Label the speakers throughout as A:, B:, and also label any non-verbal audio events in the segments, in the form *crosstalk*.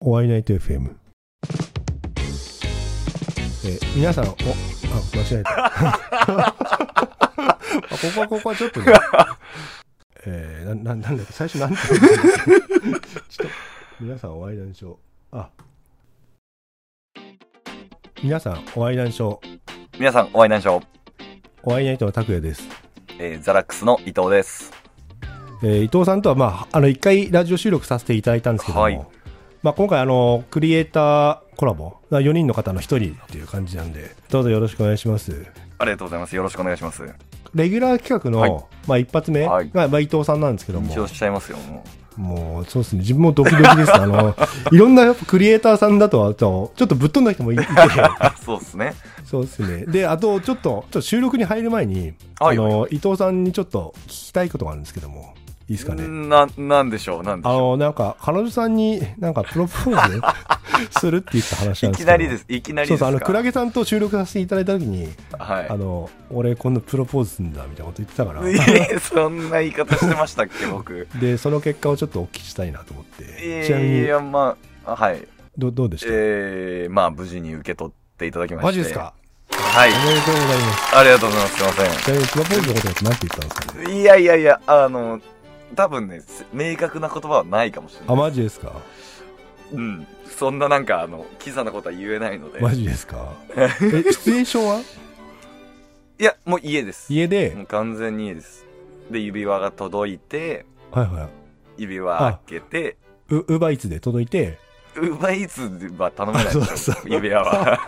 A: お会いナイト FM。えー皆さん、お、あ、間違えた。まあここは、ここはちょっとね、えー、な、な、なんだっけ、最初なんて言ったんだっけちょっと、皆さんお会いなんでしょう。あ、皆さんお会いなんでしょう。
B: 皆さん、お会いなんでしょう。
A: お会いナイトの拓也です。
B: えーザラックスの伊藤です。
A: えー伊藤さんとは、まあ、あの、一回ラジオ収録させていただいたんですけども、
B: はい
A: まあ、今回、あの、クリエイターコラボ、4人の方の1人っていう感じなんで、どうぞよろしくお願いします。
B: ありがとうございます。よろしくお願いします。
A: レギュラー企画の、
B: はい
A: まあ、一発目が、
B: はい
A: まあ、伊藤さんなんですけども
B: 緊、張しちゃいますよ、も
A: もう、そうですね、自分もドキドキです。あ
B: *laughs*
A: の、いろんなやっぱクリエイターさんだと、あと、ちょっとぶっ飛んだ人もいいて、
B: う。 *laughs* あそうですね。
A: そうですね。で、あと、ちょっと、ちょっと収録に入る前に、
B: はい
A: あの、伊藤さんにちょっと聞きたいことがあるんですけども、いいですかね。
B: な、なんでしょう、なんでし
A: あの、
B: ょ
A: なんか、彼女さんに、なんか、プロポー
B: *laughs*
A: ズするって言った話
B: う。
A: ないんです
B: き
A: けど。
B: なりです。いきな
A: そ
B: りで
A: う
B: すか。
A: そう、あの、クラゲさんと収録させていただいたときに、あ
B: は
A: の、俺、今度プロポーズするんだ、みたいなこと言ってたから、
B: *laughs* い。いえそんな言い方してましたっけ、僕。
A: で、その結果をちょっとお聞きしたいなと思って。 *laughs* ちなみ
B: い
A: に、
B: や、まあ、はい。
A: どどうでした、
B: えー、まあ、無事に受け取っていただきまして。
A: マジですか
B: はい
A: お。めでとうございます。
B: ありがとうございます。すいません。
A: ちなみに、プロポーズのことだと何て言ったんですかね
B: いやいやいや、あの、多分ね、せ明確な言葉はないかもしれな
A: あ、
B: い。
A: マジですか
B: うん。そんななんか、あの、キザなことは言えないので。
A: マジです
B: *laughs*
A: かえ、シチュエーションはい
B: や、もう家です。
A: 家
B: も
A: で、
B: う完全に家です。で、指輪が届いて、
A: はいは
B: 指輪開けて、
A: い。ウーバーイーツで届いて、
B: ウーバーイーツは頼めない
A: *laughs* そうそう
B: 指輪は。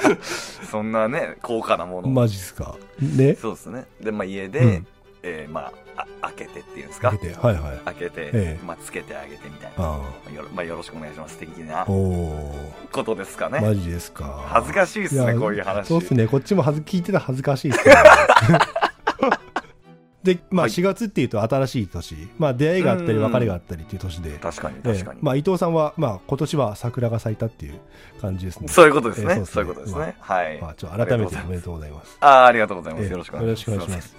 B: *laughs* そんなね、高価なもの。
A: マジですかで、
B: そうですね。で、まあ家で、
A: うん
B: えーまああ、開けてっていうんです
A: か
B: か
A: け。て、はいはい。
B: 開けて、
A: ええ
B: まあ、つけてあげてみたいな。ま
A: あ
B: あよろまあ、よろしくお願いします。的な
A: あ。おー。
B: ことですか
A: マ
B: ね。
A: ジですか。
B: 恥ずかしいですね、こういう話。
A: そうですね、こっちも恥ず聞いてたら恥ずかしいです
B: *laughs*
A: ね。で、まあ、
B: はい
A: 4月っていうと新しい年、まあ、出会いがあったり
B: うん
A: 別れがあったりっていう年で、
B: 確かに、
A: ええ
B: 確かに。
A: まあ、伊藤さんは、まあ、今年は桜が咲いたっていう感じですね。
B: そういうことですね。
A: ええ
B: そ
A: そうう
B: いう
A: ですね
B: ことですね。はい。
A: まあ、ちょっと改めて
B: ありがとうございます
A: おめでとうございます。
B: あーありがとうございま
A: え
B: す。
A: え
B: よろしくお願いし
A: よ
B: ます。
A: ろしくお願いし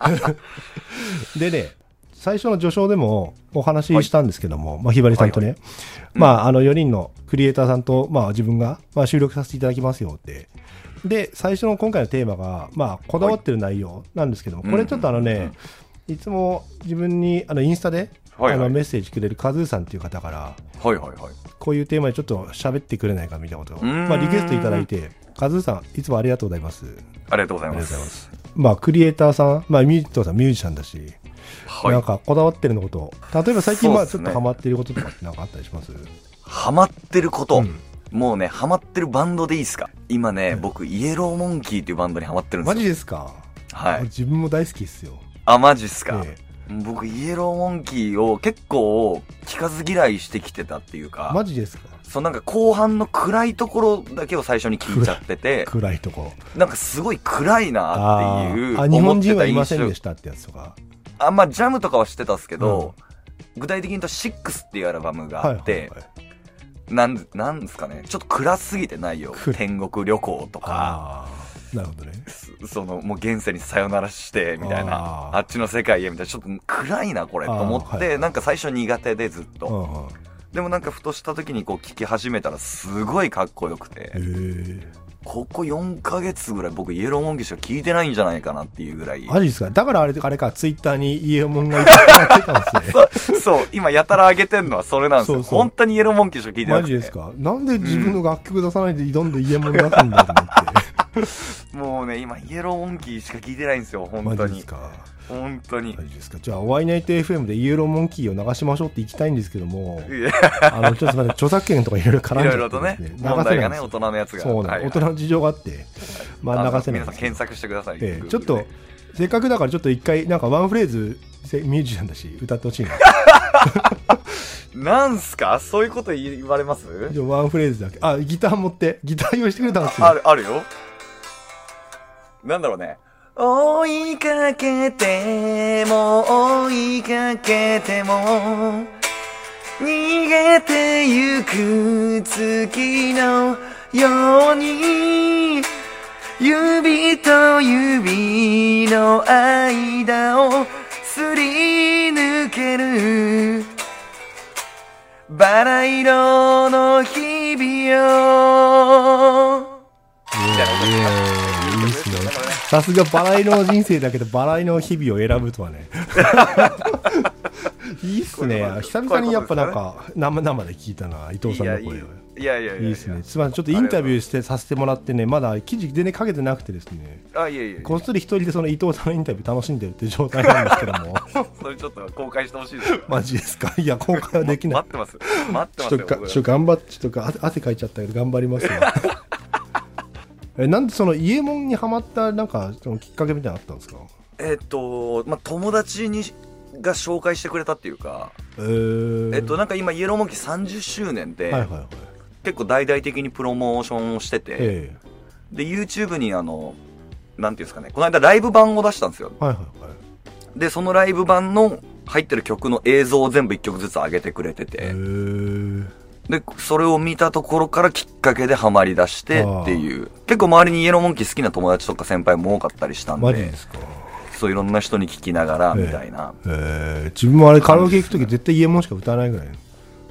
A: ます。 *laughs* でね、最初の序章でもお話ししたんですけども、まあ、ひばりさんとね、
B: うん
A: まあ、あの4人のクリエイターさんと、まあ、自分が、まあ、収録させていただきますよって。で、最初の今回のテーマが、まあ、こだわってる内容なんですけども、
B: はい
A: これちょっとあの
B: うんうん
A: ね、いつも自分にあのインスタで、
B: はいはい
A: あのメッセージくれるカズーさんっていう方から、
B: はいはいはい。
A: こういうテーマでちょっと喋ってくれないかみたいなことを、
B: うーん
A: まあ、リクエストいただいて、カズーさん、いつもありがとうございます。
B: ありがとうござい
A: ありがとうご
B: ます。
A: ざいます。まあ、クリエイターさん、まあ、ミュージさん、ミュージシャンだし、
B: はい
A: なん。かこだわってるのこと、例えば最近、まあ、ち
B: そ
A: ょ
B: うっすね
A: っとハマってることとかってなんかあったりします
B: ハマってること、
A: うん
B: もうね、ハマってるバンドでいいですか今ね、僕、イエローモンキーっていうバンドにハマってるんで
A: マ
B: すよ。
A: ジですか、
B: は
A: あ
B: い。
A: 自分も大好きっすよ。
B: あ、マジっすか、
A: ええ
B: 僕、イエローモンキーを結構、聞かず嫌いしてきてたっていうか、
A: マジですか
B: そうなんか後半の暗いところだけを最初に聞いちゃってて、
A: 暗いとこ。
B: なんかすごい暗いなっていう、
A: あーあ日本人はい
B: 思
A: ま
B: っ
A: せ
B: てた印
A: ん
B: 象
A: でしたってやつとか。
B: あ、まあ、ジャムとかは知ってたっすけど、具体的に言うと、6っていうアルバムがあって、
A: はいはい、
B: なん、なんですかね、ちょっと暗すぎてないよ
A: 暗。い
B: 天国旅行とか、
A: ああ、なるほどね。
B: そその、もう現世にさよならして、みたいな、
A: あ
B: あ
A: ー
B: っちの世界へ、みたいな、ちょっと暗いな、これ、
A: あ
B: と
A: ー
B: 思って、
A: はい
B: なんか最初苦手でずっ
A: う
B: と。
A: んうん
B: でもなんかふとした時にこう聞き始めたら、すごいかっこよくて、
A: へ
B: ここ4ヶ月ぐらい僕イエローモンキーしか聞いてないんじゃないかなっていうぐらい
A: え。マジですかだからあれあれか、ツイッターにイエモンがいっぱい上がって
B: *laughs*
A: たんですね。
B: *laughs* そう、今やたら上げてんのはそれなんですよ。
A: そうそう
B: 本当にイエローモンキーしか聞いてな
A: マ
B: く
A: ジ
B: て。
A: ですかなんで自分の楽曲出さないでどんどんイエモン出すんだと思って。
B: もうね、今イエローモンキーしか聞いてないんですよ、 *laughs* 本
A: マ
B: 当
A: ジで
B: に
A: す。か
B: 本当に
A: マ。ジですかじゃあ、ワイナイト FM でイエローモンキーを流しましょうって行きたいんですけども、
B: いや
A: あの、ちょっとすみません、著作権とかいろいろ絡ん
B: い
A: じゃ
B: ろ
A: っ
B: いろ
A: て
B: と
A: で
B: ね
A: す、
B: 問
A: 流
B: 題がね、
A: せないん
B: 大
A: です
B: 人のやつが。
A: そうな
B: はい
A: ん
B: は
A: 大
B: い
A: 人の事情があって、まあ
B: の
A: 流せないんで
B: 皆
A: すけど
B: さん検索してください。
A: ええ
B: Google
A: ちょっと
B: で、
A: せっかくだからちょっと一回、なんかワンフレーズ、せミュージシャンだし、歌ってほし
B: *laughs*
A: いな。
B: なんすかそういうこと言われます
A: じゃあワンフレーズだけ。あ、ギター持って、ギター用意してくれたんです
B: あ
A: よ。
B: る、あるよ。なんだろうね。追いかけても追いかけても逃げてゆく月のように指と指の間をすり抜けるバラ色のの日々を
A: いや
B: や
A: いいっすね
B: だからね。
A: さすがバラ色の人生だけど、バラ色の日々を選ぶとはね。 *laughs* いいっすね。久々にやっぱなんか、生生で聞いたな、伊藤さんの声を。
B: いやいやいや
A: いいっすね。すみません、ちょっとインタビューしてさせてもらってね、まだ記事全然かけてなくてですね、
B: あいやいやいや
A: こっそり一人でその伊藤さんのインタビュー楽しんでるって状態なんですけど
B: *laughs*
A: も、
B: それちょっと公開してほしいですよ
A: マジですかいや、公開はできない
B: 待。ってます待って
A: ち
B: ます
A: ょ
B: よ
A: っとが
B: 僕
A: ちょっと頑張ってちょっとが汗汗かいちゃったけど頑張りますよ *laughs* えなんでその家門にはまったなんかそのきっかけみたいなのあったんですか
B: えっとまあ友達にが紹介してくれたっていうか、
A: えー
B: えっとなんか今イエローモンキー30周年で、
A: はいはいはい
B: 結構大々的にプロモーションをしてて、
A: え
B: で YouTube にあのなんていうんですかねこの間ライブ版を出したんですよ
A: えはいはいはい
B: でそのライブ版の入ってる曲の映像を全部1曲ずつ上げてくれて
A: え
B: て、
A: ー、
B: でそれを見たところからきっかけでハマりだして
A: あー
B: っていう結構周りにイエローモンキー好きな友達とか先輩も多かったりしたん
A: マジ
B: で
A: ですか
B: そういろんな人に聞きながら
A: ええ
B: みたいな、
A: えー、自分もあれカラオケ行く時絶対家門しか歌わないぐらい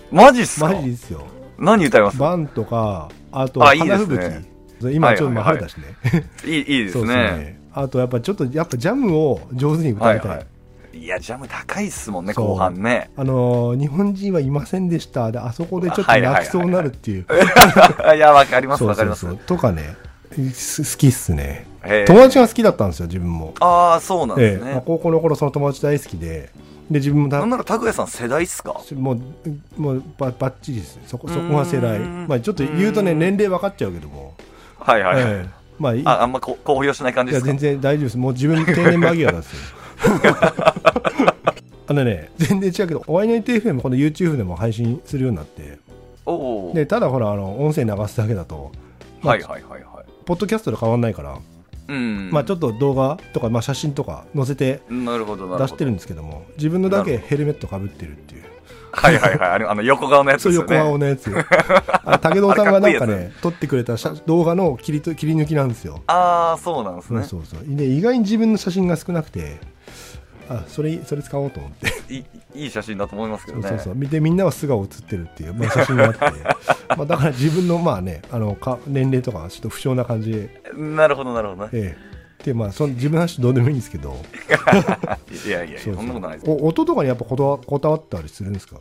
B: マジっすか
A: マジですよ
B: 何歌います
A: バンとかあと
B: あ
A: 花
B: いいです
A: 吹雪
B: ね
A: 今ちょっとまあ
B: は
A: 春
B: いはいはい
A: だしね、 *laughs*
B: いいいいです
A: そうです
B: ね
A: ねあとやっぱちょっとやっぱジャムを上手に歌いたい、
B: いいやジャム高いっすもんね
A: そう
B: 後半ね *laughs*
A: あのー日本人はいませんでしたであそこでちょっと泣きそうになるっていう、
B: いやわかりますわかります
A: うとかねす好きっすね
B: へー
A: 友達が好きだったんですよ自分も、
B: ああそうなんで
A: え
B: す
A: え
B: ね、
A: まあ高校の頃その友達大好きでで自分も
B: な
A: だ
B: んなら拓哉さん世代っすか
A: もうもうばばっちりですねそこそこが世代、
B: うーん
A: まあ、ちょっと言うとね
B: うーん
A: 年齢分かっちゃうけども、
B: はいはい、はい
A: ええまあいい
B: ああんまこ公表しない感
A: い
B: じで
A: や
B: すか
A: 全然大丈夫ですもう自分定年間際なんですよ
B: *laughs*
A: あのね全然違うけどお会いの TFM この YouTube でも配信するようになって
B: おお
A: でただほらあの音声流すだけだと、まあ
B: はいはいはいはい
A: ポッドキャストと変わんないから、
B: うん
A: まあ、ちょっと動画とか、まあ、写真とか載せて
B: なるほどなるほど
A: 出してるんですけども自分のだ
B: な
A: け
B: る
A: ヘルメットかぶってるっていう
B: はいはいはいあのあの横顔のやつ
A: そ
B: で
A: う
B: す
A: いう
B: よ
A: 横顔
B: ね
A: のやつ
B: *laughs*
A: よあ武藤さんがなんか
B: あれかっこいい
A: ね撮ってくれた写動画の切りと切り抜きなんですよ、
B: ああそうなんです
A: そう
B: ね
A: そうそうで意外に自分の写真が少なくてあそれそれ使おうと思って、
B: いいい写真だと思いますけ
A: そ
B: ど
A: う
B: ね
A: そうそうでみんなは素顔写ってるっていう、まあ、写真があ
B: *laughs*
A: ってまあだから自分のまあねあのか年齢とかはちょっと不詳な感じで
B: なるほどなるほどね
A: ええ、でまあその自分の話どうでもいいんですけど
B: いやいやいや
A: そ
B: そう
A: そうん
B: なことないです
A: お音とかにやっぱこだわこだわったりするんですか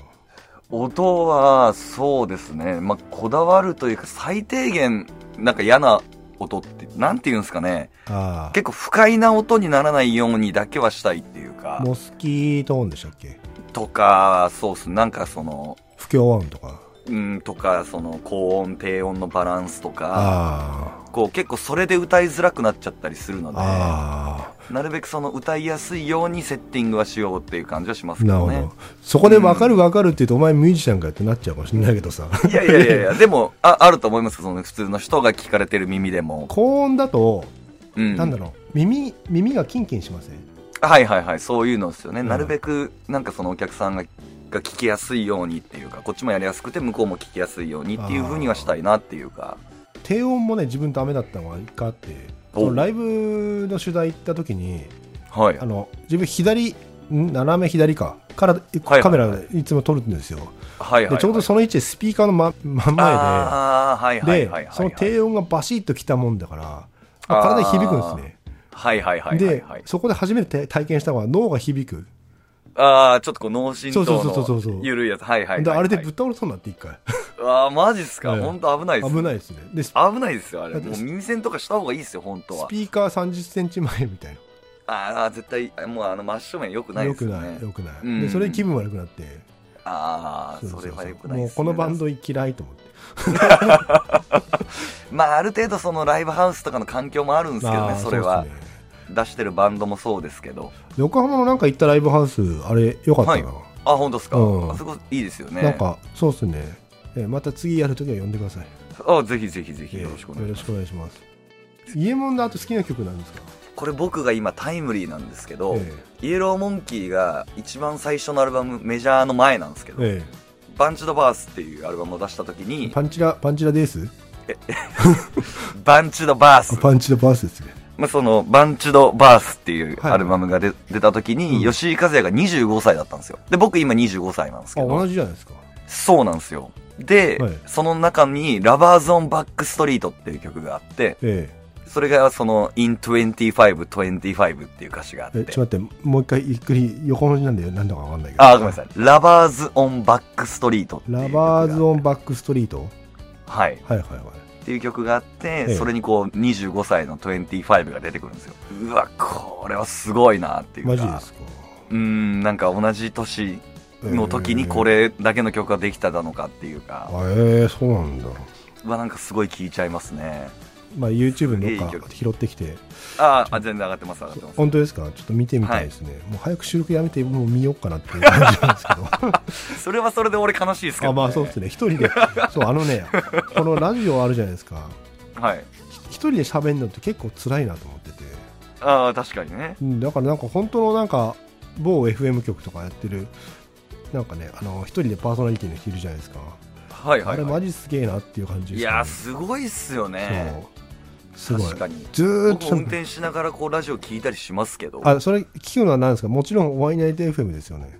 B: 音はそうですねまあこだわるというか最低限なんか嫌な音ってなんていうんですかね
A: あ
B: 結構不快な音にならないようにだけはしたいっていう
A: あ
B: か
A: モスキートーンでしたっけ
B: とかそうっすなんかその
A: 不協和音とか
B: うんとかその高音低音のバランスとか
A: あ
B: こう結構それで歌いづらくなっちゃったりするの
A: あ
B: で
A: あ
B: なるべくその歌いやすいようにセッティングはしようっていう感じはしま
A: あ
B: すけ
A: なる
B: ど
A: ほど、
B: ね
A: そこで分かる分かるって言うと、お前ミュージシャンかよってなっちゃうかもしれないけどさ
B: いやいやいやいやでもああると思いますよその普通の人が聞かれてる耳でも、
A: 高音だと、
B: うん、
A: なんだろう耳耳がキンキンしません
B: はいはいはいそういうのですよね、
A: うん
B: なるべくなんかそのお客さんがが聞きやすいようにっていうかこっちもやりやすくて向こうも聞きやすいようにっていうふうにはしたいなっていうか
A: 低音もね自分ダメだったのが一回あって
B: お
A: そのライブの取材行った時に
B: はい
A: あの自分左ん斜め左かからカメラでいつも撮るんですよ、
B: はいはい
A: でちょうどその位置でスピーカーの真真ん前
B: あーはい
A: で、
B: は
A: で、
B: いはいはいはい
A: その低音がバシッときたもんだから、
B: あー
A: 体に響くんですね。
B: はいはいはいはいはい
A: で、そこで初めて体験したのは脳が響く。
B: ああちょっとこう脳震
A: そ
B: 盪
A: うそうそうそうそう
B: の緩いやつはいはいはい、
A: で、
B: はい、
A: あれでぶっ倒れそうになって一回。
B: ああマジっすか、
A: ええ
B: ほんと危ないっす
A: 危ないですね。で、ス
B: 危ないですよあ
A: だ
B: れ
A: って
B: もう耳栓とかした方がいいですよ本当は
A: ピーカー30センチ前みたい
B: ああ絶対もうあの真正面よく
A: な。
B: ない
A: よ
B: です
A: く
B: よ
A: ない、
B: ね
A: よくな
B: う
A: い。
B: ん
A: で、それで気分悪くなって。
B: あ
A: う
B: あそうれ
A: う
B: はよくない
A: も
B: っ
A: う
B: す
A: このバン
B: ね
A: ド嫌いと思って。
B: まあある程度そのライブハウスとかの環境もあるんですけど
A: あー
B: ねそれは
A: うっすね
B: 出してるバンドもそうですけど
A: 横浜のなんか行ったライブハウス、あれ、よかったな。
B: あ本当ですか、
A: うん
B: あそこいいですよね
A: なんか、そうっすね。えまた次やるときは呼んでください。
B: あぜひぜひぜひ
A: ええ
B: よろしくお願
A: よ
B: いします、
A: ろしくお願いします。イエモンの後好きな曲なんですか。
B: これ僕が今タイムリーなんですけど、
A: え
B: イエローモンキーが一番最初のアルバムメジャーの前なんですけど、
A: え
B: バンチドバースっていうアルバムを出した時
A: ええ
B: に
A: パンチラ、パンチラです。
B: バンチドバース
A: あパンチラバースですね。
B: まあ、そのバンチドバースっていう
A: はい
B: アルバムが出,、出た時に、
A: うん
B: 吉井和也が25歳だったんですよで僕今25歳なんです
A: あ、
B: けど
A: 同じじゃないですか。
B: そうなんですよで、
A: はい
B: その中に、ラバーズ・オン・バック・ストリートっていう曲があって、
A: え
B: それがその、in 25、25っていう歌詞があっ
A: ええ
B: て
A: ち、ょっと待ってもう一回ゆっくり横文字なんで何だか分かんないけど
B: あ、ごめんなさい。ラバーズ・オン・バック・ストリートっていう
A: ラ
B: 曲があ
A: バー
B: って
A: ズ・オン・バック・ストリート
B: はい。
A: はいはいはい
B: っていう曲があって、
A: ええ
B: それにこう、25歳の25が出てくるんですよ。うわ、これはすごいなっていうか。
A: マジですか
B: うーん、なんか同じ年の時にこ
A: れ
B: れだけの曲ができたのかっていうか、
A: ええそうなんだ
B: はなんかすごい聴いちゃいますね。
A: まあ YouTube にどっ
B: いい
A: か
B: 曲
A: 拾ってきて
B: ああ、全然上がってます、上がってます。
A: 本当ですかちょっと見てみたいですね、もう早く収録やめてもう見ようかなっていう感じなんですけど
B: それはそれで俺悲しいですけど、
A: あ
B: ね。
A: まあそうですね一人でそうあのねこのラジオあるじゃないですか
B: はい。
A: ひ一人で喋るのって結構辛いなと思ってて
B: ああ、確かにね。
A: うんだからなんか本当のなんか某 FM 局とかやってるなんかねあの一人でパーソナリティの人いるじゃないですか、
B: はいはい、
A: あれ
B: は
A: マ
B: い。
A: ジすげえなっていう感じです、
B: い
A: ね、
B: やー、すごいっすよね。
A: そうすごい
B: 確かに。
A: ずーっ
B: 僕
A: と
B: 運転しながらこうラジオ聞いたりしますけど。あ
A: あそれ聞くのは何ですかもちろんワイナイト FM ですよね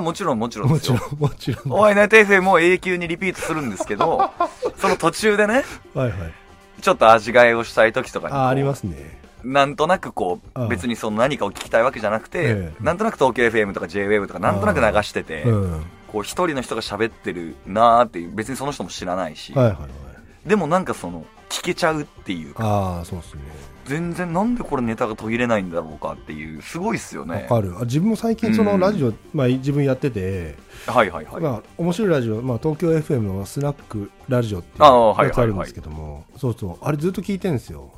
B: もちろんもちろん
A: も
B: で
A: ち
B: す
A: ろ
B: よ
A: ん。もちろん
B: おいナイト FM を永久にリピートするんです
A: *laughs*
B: けど、その途中でね、
A: はいはい
B: ちょっと味替えをしたい時とかにこう
A: あありますね
B: なんとなくこ
A: ああ
B: う、別にその何かを聞きたいわけじゃなくて
A: え、え
B: なんとなく東京 FM とか JWAVE とかなんとなく流してて
A: う、んはい
B: こう一人の人が喋ってるなーっていう、別にその人も知らないし、
A: はいはい
B: でもなんかその、聞けちゃうっていうか、
A: ああそうですね
B: 全然なんでこれネタが途切れないんだろうかっていう、すごいっすよ
A: わ
B: ね。
A: かるあ自分も最近その
B: うん
A: ラジオ、まあ、自分やってて、
B: はいはいはい。
A: まあ、面白いラジオ、まあ、東京 FM のスナックラジオっていう
B: ああはい
A: やつあるんですけども、そうそうあれずっと聞いてるんですよ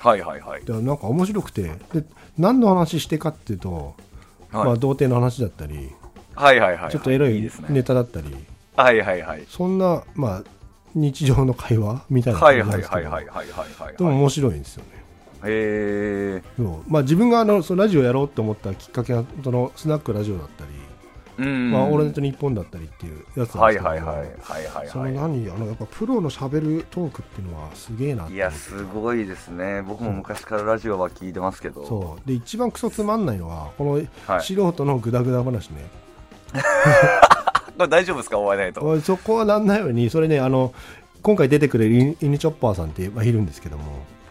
B: はいはいはい。
A: でなんか面白くてで何の話してかっていうと、ま
B: は
A: あ、
B: い
A: 童貞の話だったり、
B: はいはいはい。
A: ちょっとエロ
B: いい
A: い
B: ですね。
A: ネタだったり、
B: はいはいはい。
A: そんな、まあ、日常の会話みたいな
B: はい
A: な
B: は
A: ん
B: い
A: ですけ
B: はい
A: ど
B: はいはいはい
A: でも
B: はい。
A: 面白いんですよね
B: へえ。
A: そうまあ、自分があのそのラジオやろうと思ったきっかけがそのスナックラジオだったり、
B: うん。
A: まあ、オールナイトニッポンだったりっていうやつなん
B: は
A: で
B: い
A: すけども
B: はいはいはいはい
A: その
B: は
A: 何あのやっぱプロのしゃべるトークっていうのはすげえなっ
B: い。
A: て
B: いや、すごいですね。僕も昔からラジオは聞いてますけど。
A: そうで一番クソつまんないのはこ
B: は
A: の
B: い
A: 素人のグダグダ話ね、
B: これ大丈夫ですか終わないと。
A: 俺そこはなんないようにそれねあの今回出てくれるイニイニチョッパーさんって、まあ、いるんですけども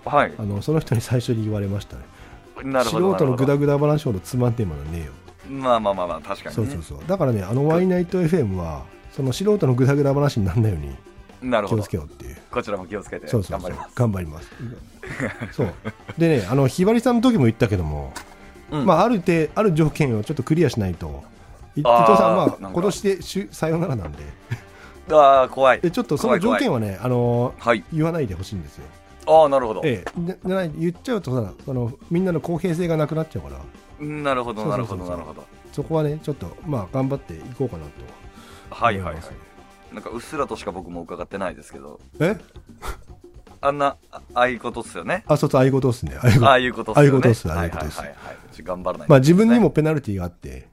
B: はい
A: あ。のその人に最初に言われましたね
B: なるほど。
A: 素人のグダ
B: なる
A: グダ話ほどつまんでものはねえよ
B: ほどまあまあまあまあ、確か
A: そう
B: に
A: そう
B: ね。
A: そうだからねあのワイナイト FM はその素人のグダグダ話にならないように
B: なる
A: 気
B: ほ
A: を
B: ど
A: つ。けようっていう
B: こちらも気をつけて。
A: そうそうそう
B: 頑張ります。
A: 頑張りますそうでねあのひばりさんの時も言ったけども
B: うん
A: まあ、ある程ある条件をちょっとクリアしないと、い伊藤
B: あー
A: さん
B: なん
A: は
B: か
A: 今年でしゅさよならなんで、
B: ああ、怖い
A: で。ちょっとその条件はね、あのー
B: はい。
A: 言わないでほしいんですよ、
B: ああ、なるほど。
A: ええ、なな言っちゃうとさその、みんなの公平性がなくなっちゃうから、
B: なるほど、
A: そう
B: な
A: そ
B: る
A: うそ
B: ほ
A: う
B: ど、なるほど。
A: そこはね、ちょっと、まあ、頑張っていこうかなと
B: は
A: 思
B: い
A: い
B: はいは
A: ます、
B: い。なんかうっすらとしか僕も伺ってないですけど、
A: え
B: あんな、あああいうことっす
A: *laughs*
B: よね。
A: あ、そうそう、ああいうことですね、ああいうこと
B: ああいうことっすよね。
A: ああいうことっすああいうことっす
B: はいはいはいはい。ちょ頑張らないと
A: まあ、自分にも。ペナルティがあって、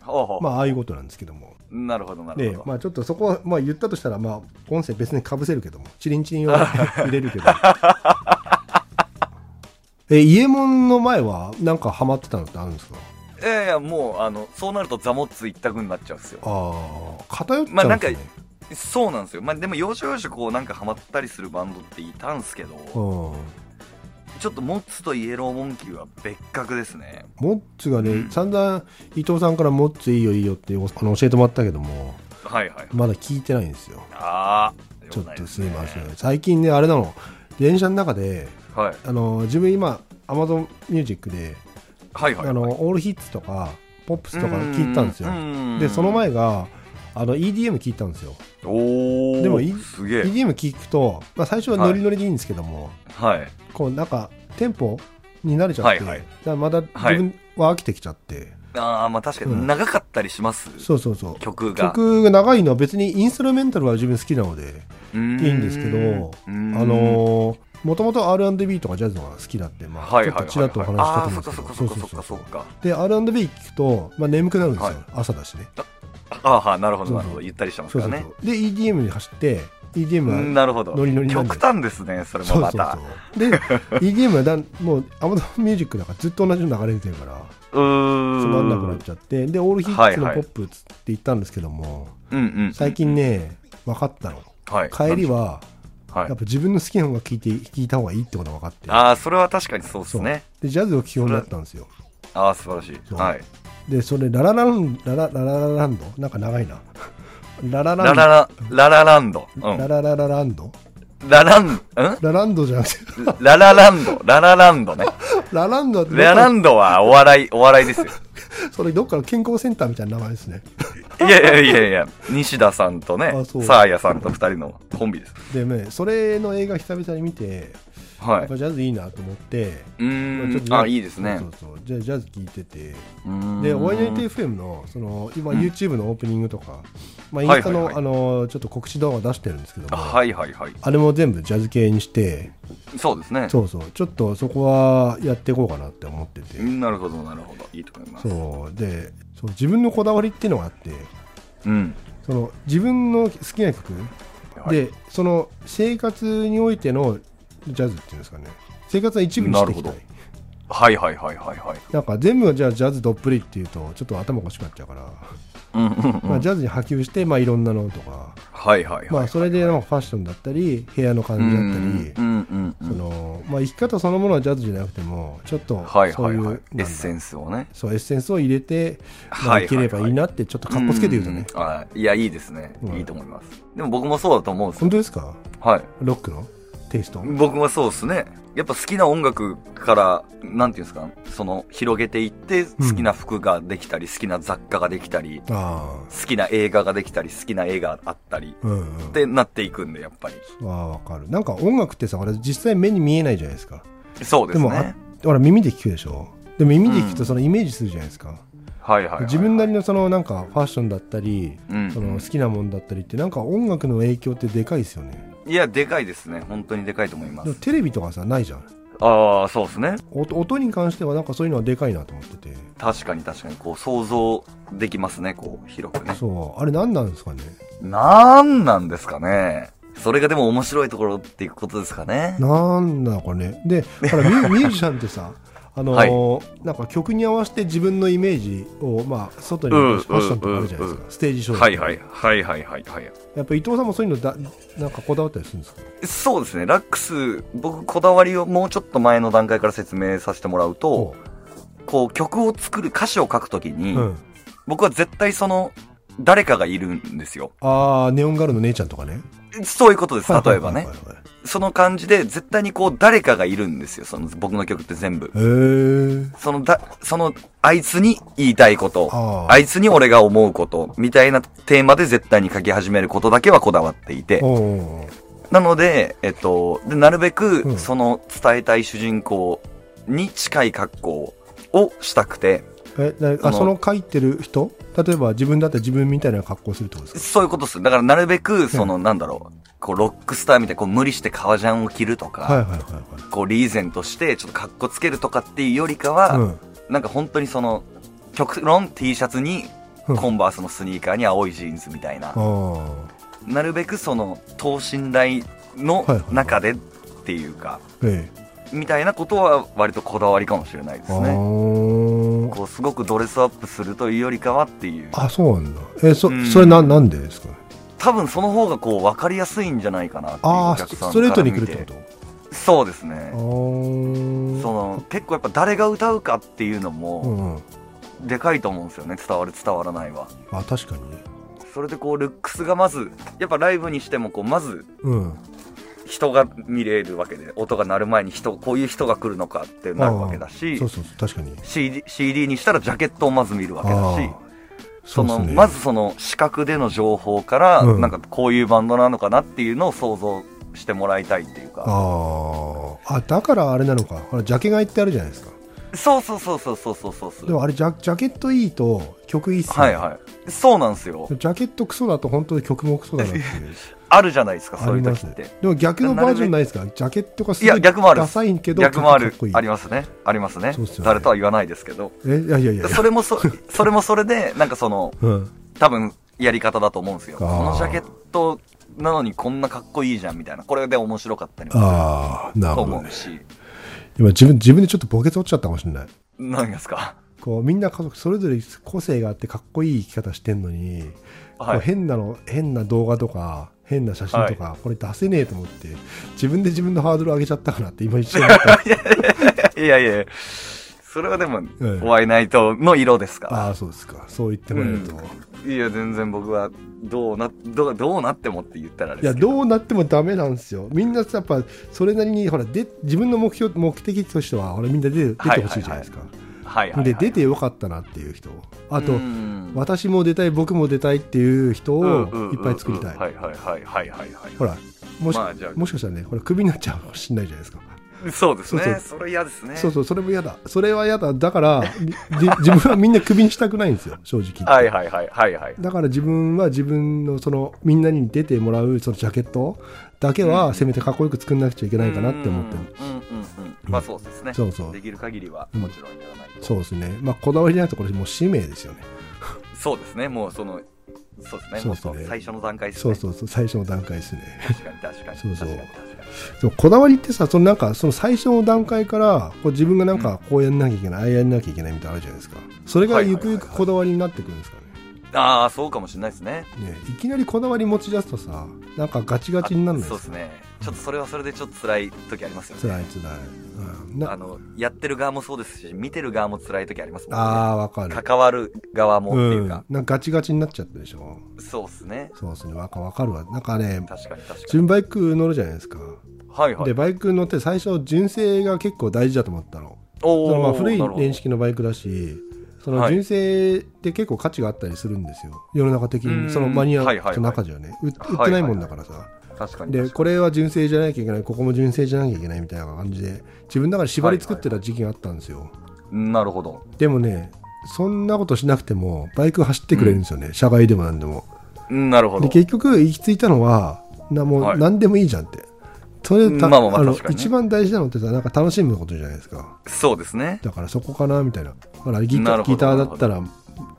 B: ほうほう
A: まあ、ああいうことなんですけども、
B: なるほど、なる
A: で
B: ほど。
A: まあ、ちょっとそこは、まあ、言ったとしたら、まあ、音声別にかぶせるけども、チリンチリン
B: *laughs*
A: を入れるけど。え、家門の前は、なんかハマってたのってあるんですか
B: いやいや、もう、あの、そうなるとザモッツ一択になっちゃうんですよ。
A: ああ、偏っちゃ
B: まあ
A: う
B: なんん
A: で
B: か
A: すね。
B: そうなんですよ。まあ、でも、要所要所、こう、なんかハマったりするバンドっていたんすけど、
A: うん。
B: ちょっと、モッツとイエローモンキーは別格ですね。
A: モッツがね、散々伊藤さんからモッツいいよいいよっておあの教えてもらったけども、
B: はいはい。
A: まだ聞いてないんですよ。
B: ああ、
A: ちょっとすいませ
B: よく
A: ん。最近ね、あれなの、電車の中で、
B: ないですね。
A: あの、自分今、アマゾンミュージックで、
B: はい。はいはい。
A: あの、オールヒッツとか、ポップスとか聞いたんですよ。
B: よ
A: でその。前があの EDM 聞いたんですよ
B: おお。
A: でもい
B: すげえ。
A: EDM 聞くと、まあ、最初はノリノリでいいんですけども、
B: はい。
A: こうなんかテンポに慣れちゃって、
B: はいはい
A: だからまた自分は飽きてきちゃって、
B: ああ、まあ確かに長かったりします。
A: そうそうそう
B: 曲が。
A: 曲が長いのは別にインストゥルメンタルは自分好きなので
B: いいん
A: いいんですけどあのもともと R&B とかジャズが好きだって、まあ、
B: はい
A: ちょっ
B: は
A: と
B: い。
A: ちらっとお話しした
B: ああ
A: と
B: ー、そ
A: 思
B: っかそっ
A: うんで
B: か
A: す
B: そ
A: けどそうそ
B: っかそっかそうっ
A: そう
B: か。
A: で R&B 聞くと、まあ、眠くなるんですよ、
B: はい
A: 朝だしね
B: ああ、なるほどなる
A: そうそ
B: ほど。
A: う
B: ゆったりしてます
A: そう
B: か
A: そ
B: ら
A: う
B: ね
A: そ。うで EDM に走って EDM は
B: なるほど
A: ノリノリなんで
B: 極端ですねそれもまたう
A: そうそうで EDM はだんもうアマゾンミュージックだからずっと同じの流れてるからつまんなくなっ
B: ーん
A: ちゃってでオールヒッツの
B: はい
A: ポ
B: はい
A: ップっつって言ったんですけども、
B: うんうん
A: 最近ね分かったの
B: はい
A: 帰りは
B: は
A: やっ
B: い
A: ぱ自分の好きな方が聞いて聞いた方がいいってことが分かって
B: ああそれは確かにそうです
A: そう
B: ね
A: でジャズを基本だったんですよ
B: ああ素晴らしい
A: そう
B: はい
A: でそれララランラララララランドなんか長いなラララン
B: ラ
A: ド
B: ララララランドう
A: ラ
B: ん
A: ラララランド
B: ラランん
A: ラランドじゃなくて
B: ララランド
A: *laughs*
B: ララランドね
A: ラランドってどっ
B: ラ
A: か
B: ランドはお笑いお笑
A: *laughs*
B: いですよ
A: それどっかの健康センターみたいな名前ですね
B: いやいやいやいや西田さんとね
A: あそう
B: サーヤさんと二人のコンビです
A: でねそれの映画久々に見て
B: は
A: や
B: い
A: っぱジャズいいなと思って、
B: う
A: まあちょっ
B: ーん
A: と
B: あいいですね
A: そうそうじゃあジャズ聴いてて
B: で
A: で、ワイナイト FM の、その、今、
B: うん
A: YouTube のオープニングとか、まあ、イン
B: はい
A: スタ
B: はい
A: の、
B: はい
A: あの、ちょっと告知動画出してるんですけども、あ
B: はいはいはい
A: れも全部ジャズ系にして、
B: そうですね
A: そうそう、ちょっとそこはやっていこうかなって思ってて
B: う、んなるほどなるほどいいと思います
A: そう、で、そう自分のこだわりっていうのがあって、
B: うん
A: その、自分の好きな曲
B: はい
A: で、その、生活においてのジャズっていうんですかね、生活の一部にしていきた
B: なる
A: い。
B: はいはいはいはいはい
A: なんか全部がじゃあジャズどっぷりっていうとちょっと頭おかしくなっちゃうから、
B: うんうん
A: ま
B: う
A: あ、
B: ん
A: ジャズに波及して、まあ、いろんなのとか
B: はいはい
A: ま
B: は
A: あ
B: い
A: それでなんかファッションだったり部屋の感じだった
B: う
A: り
B: んうんうんう
A: そ
B: ん
A: のまあ生き方そのものはジャズじゃなくてもちょっと
B: はい
A: そ
B: は
A: う
B: い
A: いう
B: は
A: ないんだ
B: エッセンスをね
A: そうエッセンスを入れてま
B: は
A: あ
B: い
A: いければいいなってちょっとカッコつけて言うとね
B: んあいやいいですね
A: うん
B: いいと思いますでも僕もそうだと思うんですよ
A: 本当ですか
B: はい
A: ロックのテイスト
B: 僕もそうですね。やっぱ好きな音楽から、なんていうんですか、その、広げていって、
A: うん
B: 好きな服ができたり、好きな雑貨ができたり、
A: あ
B: 好きな映画ができたり、好きな絵があったり、
A: あうんうん
B: ってなっていくんで、やっぱり。
A: ああわかるなんか音楽ってさ俺実際目に見えないじゃないですか
B: そうで
A: ですもあ
B: ね。
A: ほら耳で聞くでしょでも耳で聞く
B: う
A: と
B: ん
A: そのイメージするじゃないですか
B: はいはいはい。
A: 自分なりのそのなんかファッションだったり
B: うん
A: その好きなもんだったりってなんか音楽の影響ってでかいですよね
B: いや、でかいですね。本当にでかいと思いま
A: でも
B: す。
A: テレビとかさないじゃん
B: ああ、そうですね。
A: 音音に関してはなんかそういうのはでかいなと思ってて
B: 確かに確かに、こう、想像できますね、こう、広くね。
A: そうあれ何なんですかね
B: なんなんですかね。それがでも面白いところっていうことですかね。
A: なんだかねでほらミュミュージシャンって
B: *laughs*
A: さあのーなんか曲に合わせて自分のイメージを、まあ、外に
B: うん
A: ファッションとかあるじゃないです
B: うん
A: かステージショーとか
B: はいはい、はいはいはいはい。
A: やっぱ伊藤さんもそういうのだなんかこだわったりするんですか
B: そうですね。ラックス、僕、こだわりをもうちょっと前の段階から説明させてもらうと、こう、曲を作る、歌詞を書くときに、
A: うん、
B: 僕は絶対その、誰かがいるんですよ。
A: ああネオンガールの姉ちゃんとかね
B: そういうことです。例えば
A: はい。はいは
B: ね
A: いはい
B: その感じで、絶対にこう、誰かがいるんですよ。その、僕の曲って全部。
A: へえ
B: その、だ、その、あいつに言いたいこと、
A: あー
B: あいつに俺が思うこと、みたいなテーマで絶対に書き始めることだけはこだわっていて、
A: おうおうおう
B: なので、えっと、でなるべく、
A: うん
B: その伝えたい主人公に近い格好をしたくて、
A: えだ
B: あ
A: あ
B: の
A: その書いてる人例えば自分だったら自分みたいな格好するってことです
B: そういうことっする。だからなるべく、その、なんだろう、こう、ロックスターみたいに、こう、無理して革ジャンを着るとか、
A: かはいはいはい
B: こう、リーゼントして、ちょっと格好つけるとかっていうよりか
A: はい、う
B: は、
A: ん
B: なんか本当にその、極論 T シャツに、
A: うん
B: コンバースのスニーカーに青いジーンズみたいな、
A: あ
B: なるべくその、等身大
A: は
B: の
A: いはいはい
B: 中でっていうか、
A: ーええ
B: みたいなことは割とこだわりかもしれないで
A: あ
B: すね。
A: ー
B: こうすごくドレスアップするというよりかはっていう
A: あそうなんだえそ
B: うん
A: それななんでですか
B: 多分その方がこう分かりやすいんじゃないかなっていう
A: あ
B: お
A: あ
B: 客さん
A: ストレートに
B: か
A: 来
B: ら
A: る
B: 見
A: ってこと
B: てそうです
A: あ
B: ね
A: ー
B: その結構やっぱ誰が歌うかっていうの
A: う
B: も
A: んうん
B: でかいと思うんですよね伝わる伝わらないは
A: あ確かにね
B: それでこうルックスがまずやっぱライブにしてもこうまず
A: うん
B: 人が見れるわけで音が鳴る前に人こういう人が来るのかってなるわけだし
A: そうそうそう確かに
B: CD, CD にしたらジャケットをまず見るわけだし
A: あー
B: そ
A: う
B: の
A: っすね
B: まずその視覚での情報から、
A: うん
B: なんかこういうバンドなのかなっていうのを想像してもらいたいっていうか
A: あーあだからあれなのかほらジャケ買いってあるじゃないですか
B: そうそうそうそうそうそうそうそ
A: で
B: う
A: もあれジャジャケットいいと曲いいっすよね
B: はいはいそうなんですよ
A: ジャケットクソだと本当に曲もクソだなっていう。
B: あるじゃないですか
A: あ
B: *laughs* そう
A: り
B: いう
A: ま
B: 時
A: す
B: っ
A: ね
B: て。
A: でも逆のバージョンないですかジャケットがす
B: い
A: ご
B: や
A: い
B: 逆もある
A: ダサいけど、
B: 逆もある
A: 曲が
B: あ
A: かっ
B: りますねありますね
A: そうっすよね
B: 誰とは言わないですけど
A: こいい。えいやいやいや。
B: それもそそれもそれでなんかその
A: うん。
B: 多分やり方だと思うんですよ
A: あ
B: こ
A: ー
B: のジャケットなのにこんなかっこいいじゃんみたいなこれで面白かったりも
A: ああ、なるほ
B: と思
A: ど
B: う
A: ね。
B: し
A: 今自分、自分でちょっとボケ取っちゃったかもしれない。
B: 何ですか
A: こう、みんな家族それぞれ個性があってかっこいい生き方してんのに、
B: は
A: こう
B: い
A: 変なの、変な動画とか、変な写真とか、これ出せねえと思って、自分で自分のハードル上げちゃったかなって今一瞬思
B: *laughs*
A: った。
B: いやいやいやそれはでも、
A: ええ
B: ホワイナイトの色ですから
A: ああ、そうですか。そう言ってもらえると。
B: うんいや全然僕はどうなどうどうなってもって言ったらあれ
A: い
B: で
A: や
B: すけど
A: どうなってもダメなんですよみんなさやっぱそれなりにほらで自分の目標目的としてはほらみんな出出てほしいじゃないですか、
B: はいはいはい、
A: で出てよかったなっていう人あと、
B: うん
A: 私も出たい僕も出たいっていう人
B: うんうんうん
A: をいっぱい作りたい、
B: はいはいはいはいはいはい
A: ほらもし,、
B: まあじゃあ
A: もしかしたらねほらクビになっちゃうかもしれないじゃないですか、
B: そうですね
A: そ
B: そう
A: そう
B: れ嫌ですね
A: そうそうそれも嫌だそれは嫌だだからみじ自分はみんなクビにしたくないんですよ正直言って
B: はいはいはいはいはい
A: だから自分は自分のそのみんなに出てもらうそのジャケットだけはせめてかっこよく作んなくちゃいけないかなって思ってる
B: うんうんうんうんまあそうですね
A: そうそう
B: できる限りはもちろんやらないと、
A: そうですねまあこだわりじゃなくてこれもう使命ですよね
B: そうですねもうそのそうですね
A: そうですね
B: もう最初の段階です
A: そ
B: ね
A: うそうそう最初の段階ですね
B: 確かに確かに
A: そうそう
B: 確かに確かに
A: でもこだわりってさそのなんかその最初の段階からこう自分がなんかこうやんなきゃいけない、ああやんなきゃいけないみたいなのあるじゃないですかそれがゆくゆくこだわりになってくるんですかね,、
B: ああそうかもしれないですね
A: いねいきなりこだわり持ち出すとさなんかガチガチになるんな
B: あ
A: い
B: そう
A: で
B: ですす
A: か
B: ねちょっとそれはそれでちょっと辛い時ありますよね
A: つらいつらい、うん、な
B: あのやってる側もそうですし見てる側も辛い時ありますもんね
A: あーわかる
B: 関わる側もっていうか、
A: なんかガチガチになっちゃったでしょ
B: そうですね
A: そうですねわかわかるわなんかね
B: 確かに確か
A: 自分バイク乗るじゃないですか、
B: にはいはい
A: でバイク乗って最初純正が結構大事だと思ったの
B: お
A: そ
B: ー
A: のまあ古い
B: なるほど
A: 年式のバイクだしその
B: はい
A: 純正って結構価値があったりするんですよ世の中的
B: う
A: に
B: ん
A: そのマニア
B: はいはいはい
A: の中じゃね、売っ売ってないもんだからさ、
B: 確かに
A: で
B: 確か
A: これは純正じゃなきゃいけないここも純正じゃなきゃいけないみたいな感じで自分の中で縛り作ってた時期があったんですよ、
B: になるほど
A: でもねそんなことしなくてもバイク走ってくれるんですよね、社外でも何でも
B: うんなるほ
A: で
B: ど
A: 結局行き着いたのはなも
B: は
A: う
B: い
A: 何でもいいじゃんって、それた
B: まあまあまあ
A: の
B: 確かにね
A: 一番大事なのってさなんか楽しむことじゃないですか
B: そうですね
A: だからそこかなみたいなほらギ
B: な
A: タ
B: る
A: ー
B: ほど
A: ギターだったら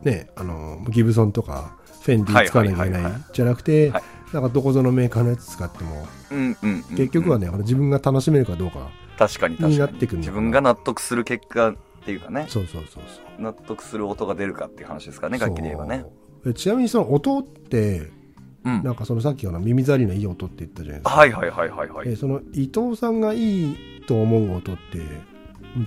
A: ねあのギブソンとかフェンディ使わなきゃいけ
B: はいはい
A: な
B: は
A: いい
B: はい
A: じゃなくて、
B: はい
A: なんかどこぞのメーカーのやつ使っても
B: うんうんうんうん
A: 結局はね、あの自分が楽しめるかどうか
B: 確かに確かに
A: になってくるの
B: 自分が納得する結果っていうかね
A: そうそうそうそう
B: 納得する音が出るかっていう話ですからね楽器で言えばね
A: そうえちなみにその音って
B: うん
A: なんかそのさっきの耳障りのいい音って言ったじゃないですか、
B: はいはいはいはいはい、
A: えーその伊藤さんがいいと思う音って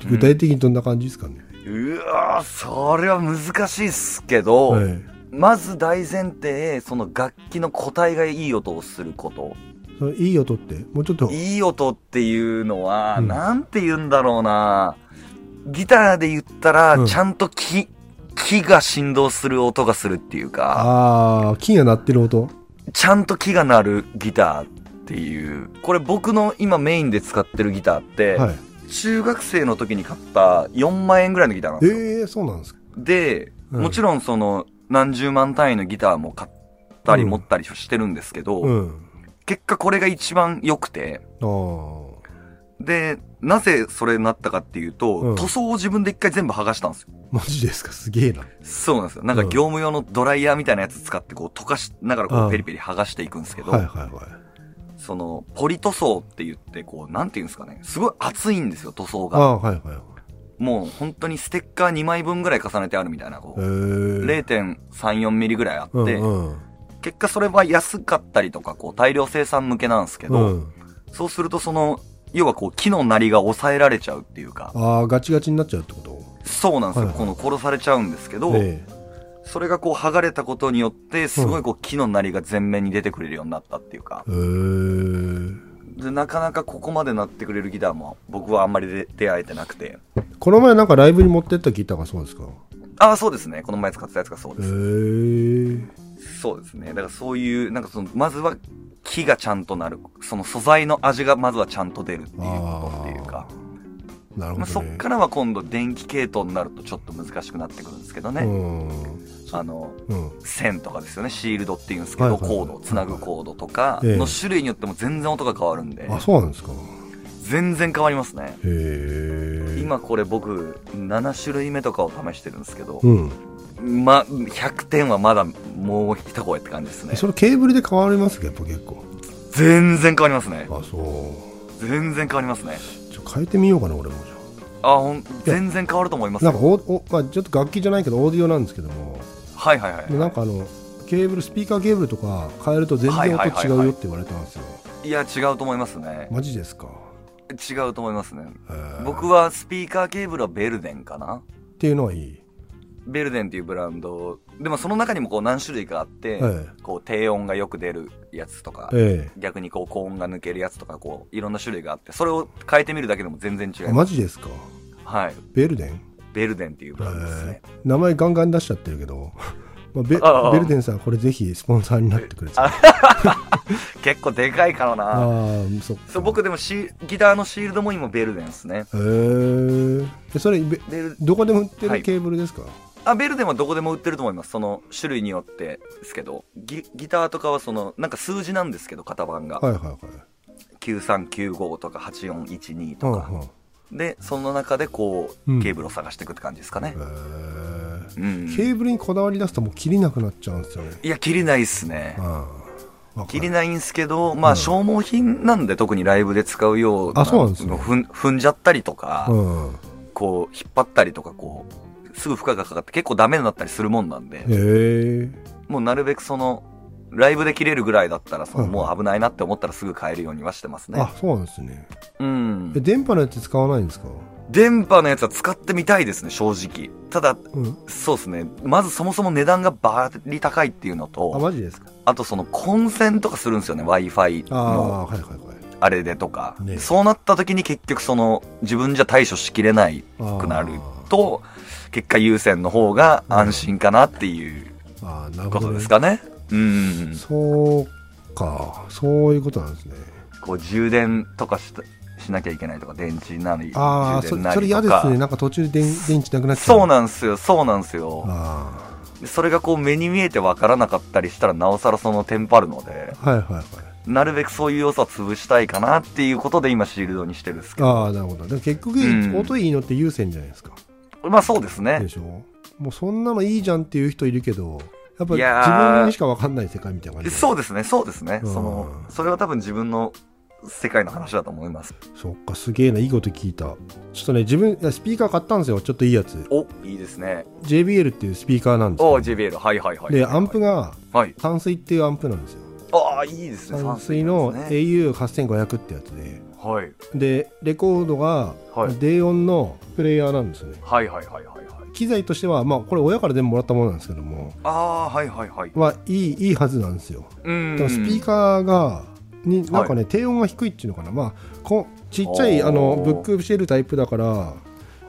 A: 具体的にどんな感じですかね、
B: うわーそれは難しいっすけど、
A: はい、
B: まず大前提その楽器の個体がいい音をすること
A: そのいい音ってもうちょっと
B: いい音っていうのは、
A: うん
B: なんて言うんだろうなギターで言ったら、
A: うん
B: ちゃんと木木が振動する音がするっていうか
A: ああ金が鳴ってる音
B: ちゃんと木が鳴るギターっていうこれ僕の今メインで使ってるギターって、
A: はい
B: 中学生の時に買った4万円ぐらいのギターなんですよ、
A: ええー、そうなんですか
B: で、
A: うん
B: もちろんその何十万単位のギターも買ったり
A: うん
B: 持ったりしてるんですけど、
A: うん
B: 結果これが一番良くて、
A: ああ
B: で、なぜそれになったかっていうと、
A: うん
B: 塗装を自分で一回全部剥がしたんですよ。
A: マジですかすげえな
B: そうなんですよ。なんか
A: うん
B: 業務用のドライヤーみたいなやつ使ってこう溶かしながらこ
A: う
B: うんペリペリ剥がしていくんですけど、
A: はいはいはい
B: そのポリ塗装って言ってこうなんていうんですかね、すごい厚いんですよ塗装
A: あ
B: が。
A: あはいはい
B: もう本当にステッカー2枚分ぐらい重ねてあるみたいな、こ
A: ええ
B: う0.34ミリぐらいあって、
A: うんうん
B: 結果それは安かったりとかこう大量生産向けなんですけ
A: う
B: ど、
A: ん、
B: そうするとその、要はこう木のなりが抑えられちゃうっていうか、
A: ああガチガチになっちゃうってこと
B: そうなんですよ。
A: はいは
B: この殺されちゃうんですけど、
A: え
B: それがこう剥がれたことによって、すごいこう木のなりが前面に出てくれるようになったっていうか
A: え、ー
B: でなかなかここまでなってくれるギターも僕はあんまりで出会えてなくて。
A: この前なんかライブに持ってったギターがそうですか
B: ああ、そうですね。この前使ってたやつがそう
A: ええ
B: です。そうですね。だからそういう、なんかその、まずは木がちゃんとなる。その素材の味がまずはちゃんと出るっていうことっていうか。
A: なるほど、ね
B: まあ、そっからは今度電気系統になるとちょっと難しくなってくるんですけどね。
A: うん
B: あの、
A: うん
B: 線とかですよね。シールドっていうんですけ
A: は
B: ど、
A: いはいはい
B: コード、つなぐコードとか
A: ええ
B: の種類によっても全然音が変わるんで、
A: あそうなんですか
B: 全然変わりますね。
A: へえ
B: 今これ僕、7種類目とかを試してるんですけど、
A: うん
B: ま、100点はまだもう一声って感じですね
A: それケーブルで変わりますけどやっぱ結構
B: 全然変わりますね
A: あそう
B: 全然変わりますね
A: ちょ変えてみようかな俺もじゃ
B: あほん全然変わると思いま
A: あ
B: す
A: な
B: よ
A: んかおお、まあ、ちょっと楽器じゃないけどオーディオなんですけども
B: はいはいはい
A: なんかあのケーブルスピーカーケーブルとか変えると全
B: はい
A: 然
B: はい
A: 音
B: は
A: 違
B: いうはい
A: よって言われたんですよ、
B: いや違うと思いますね
A: マジですか、
B: 違うと思いますね
A: えー
B: 僕はスピーカーケーブルはベルデンかな
A: っていうのはいい
B: ベルデンっていうブランドでもその中にもこう何種類かあって、
A: え
B: こう低音がよく出るやつとか
A: え
B: 逆にこう高音が抜けるやつとかこういろんな種類があってそれを変えてみるだけでも全然
A: え
B: 違い
A: あ
B: ます、
A: マジですか
B: はい、
A: ベルデン、
B: ベルデンっていうブランドですね
A: え、ー名前ガンガン出しちゃってるけど、 *laughs* まあ、ベ
B: ああ
A: ベルデンさんこれぜひスポンサーになってくれてあ
B: 結構でかいから
A: あ
B: な
A: ーそっか
B: そう僕でもシーギターのシールドも今ベルデンですね
A: へえー、でそれベ
B: ベル
A: どこでも売って
B: は
A: る
B: い
A: ケーブルですか、
B: あベルデンはどこでも売ってると思いますその種類によってですけどギギターとかはそのなんか数字なんですけど型番が、
A: はい、はいはいはい
B: 9395とか8412とか、
A: は
B: でその中でこ
A: うん
B: うケーブルを探していくって感じですかね
A: い、はい
B: うん
A: えー、ケーブルにこだわり出すともう切りなくなっちゃうんですよね
B: いや切りないっすね
A: ああわか
B: 切
A: る
B: りないんすけど、まあ、消耗品なんで特にライブで使うような
A: あそうなんですね
B: の踏ん踏んじゃったりとか、
A: うん
B: こう引っ張ったりとかこうすぐ負荷がかかって結構ダメになったりするもんなんで
A: へえー、
B: もうなるべくそのライブで切れるぐらいだったらその、
A: うん
B: もう危ないなって思ったらすぐ変えるようにはしてますね
A: あそうなんですね
B: うん
A: え電波のやつ使わないんですか
B: 電波のやつは使ってみたいですね正直ただ
A: うん
B: そうですねまずそもそも値段がバリ高いっていうの
A: あ
B: と
A: マジですか
B: あとその混戦とかするんですよね w i f i
A: あ
B: の
A: あはいはいはい
B: あれでとか、
A: ね
B: そうなった時に結局その自分じゃ対処しきれない
A: ああ
B: くなると結果優先の方が安心かなっていう
A: ああなる
B: こ
A: ほど、
B: と
A: ね
B: で、すかねうん
A: そうかそういうことなんですね
B: こう充電とかしたしなきゃいけないとか電池なり
A: ああ
B: 充
A: そ
B: 電な
A: それ
B: り
A: 嫌
B: と
A: で
B: か
A: すねなんか途中で電電池なくなっちゃう
B: そう
A: な
B: なんすよそうなんすよ
A: あ
B: でそれがこう目に見えて分からなかったりしたらなおさらそのテンパるので
A: あはいはいはい
B: なるべくそういう要素は潰したいかなっていうことで今シールドにしてるんですけど
A: ああなるほどでも結局、
B: うん
A: 音いいのって優先じゃないですか
B: まあそうですね
A: でしょもうそんなのいいじゃんっていう人いるけどやっぱ
B: い
A: 自
B: やー
A: 分にしか分かんない世界みたいな感じ
B: そうですねそうですね
A: うん
B: そのそれは多分自分の世界の話だと思います
A: そっかすげえないいこと聞いたちょっとね自分いやスピーカー買ったんですよちょっといいやつ
B: おいいですね
A: JBL っていうスピーカーなんですけど
B: お JBL はいはいはい
A: でアンプが
B: はい
A: 淡水っていうアンプなんですよ
B: ああいいですね
A: 淡水の
B: 淡水ですね
A: AU8500 ってやつで
B: はい
A: でレコードが
B: はい
A: 低音のプレイヤーなんですよね、
B: はいはいはいはいはい
A: 機材としては、まあ、これ親から全部もらったものなんですけども、
B: ああはいはいはい
A: まあ、いいいいはずなんですよ
B: うん
A: でもスピーカーがになんかね、低音が低いっていうのかな、まあ、こちっちゃい
B: おー
A: あのブックしてるタイプだから、ま